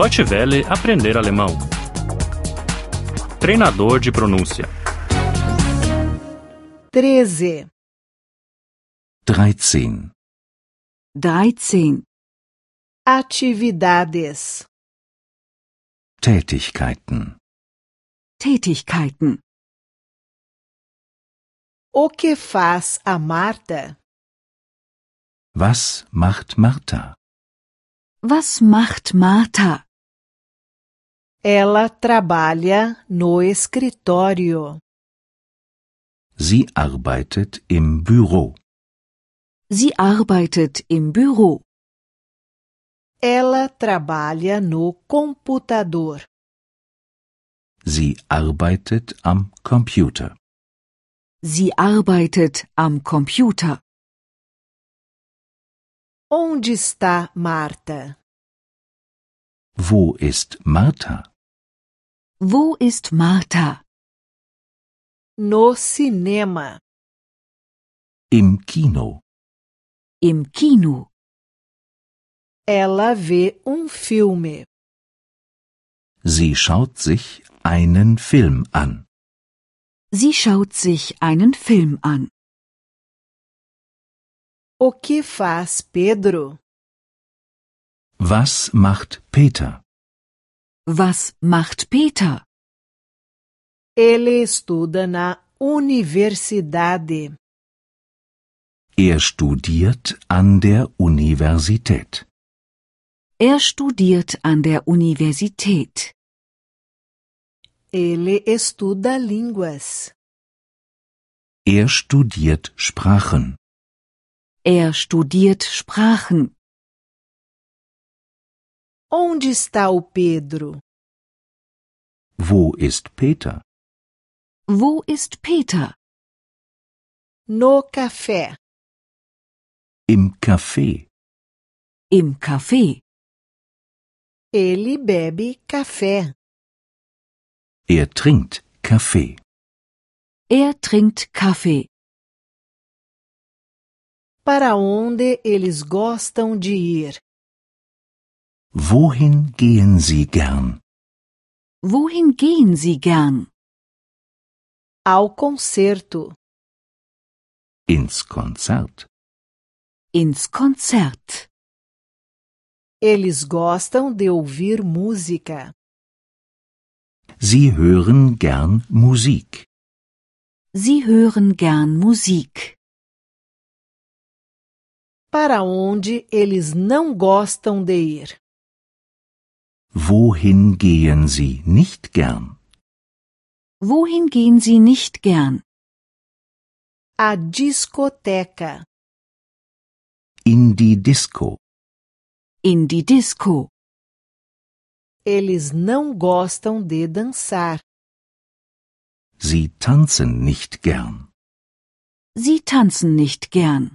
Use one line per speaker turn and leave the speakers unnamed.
Deutsche Welle aprender alemão. Treinador de pronúncia.
13.
13.
13.
Atividades.
Tätigkeiten.
Tätigkeiten.
O que faz a Marta?
Was macht Martha?
Was macht Martha?
Ela trabalha no escritório.
Sie arbeitet im Büro.
Sie arbeitet im Büro.
Ela trabalha no computador.
Sie arbeitet am Computer.
Sie arbeitet am Computer.
Onde está Marta?
Wo ist Martha?
Wo ist Martha?
No cinema.
Im Kino.
Im Kino.
Ela vê um filme.
Sie schaut sich einen Film an.
Sie schaut sich einen Film an.
O que faz Pedro?
Was macht Peter?
Was macht Peter?
Ele estuda na universidade.
Er studiert an der Universität.
Er studiert an der Universität.
Ele estuda línguas.
Er studiert Sprachen.
Er studiert Sprachen.
Onde está o Pedro?
Wo ist Peter?
Wo ist Peter?
No café.
Im Café.
Im Café.
Ele bebe café.
Er trinkt Kaffee.
Er trinkt Kaffee.
Para onde eles gostam de ir?
Wohin gehen Sie gern?
Wohin gehen Sie gern?
Ao concerto.
Ins Konzert.
Ins Konzert.
Eles gostam de ouvir música.
Sie hören gern Musik.
Sie hören gern Musik.
Para onde eles não gostam de ir?
Wohin gehen Sie nicht gern?
Wohin gehen Sie nicht gern?
A discoteca.
In die Disco.
In die Disco.
Eles não gostam de dançar.
Sie tanzen nicht gern.
Sie tanzen nicht gern.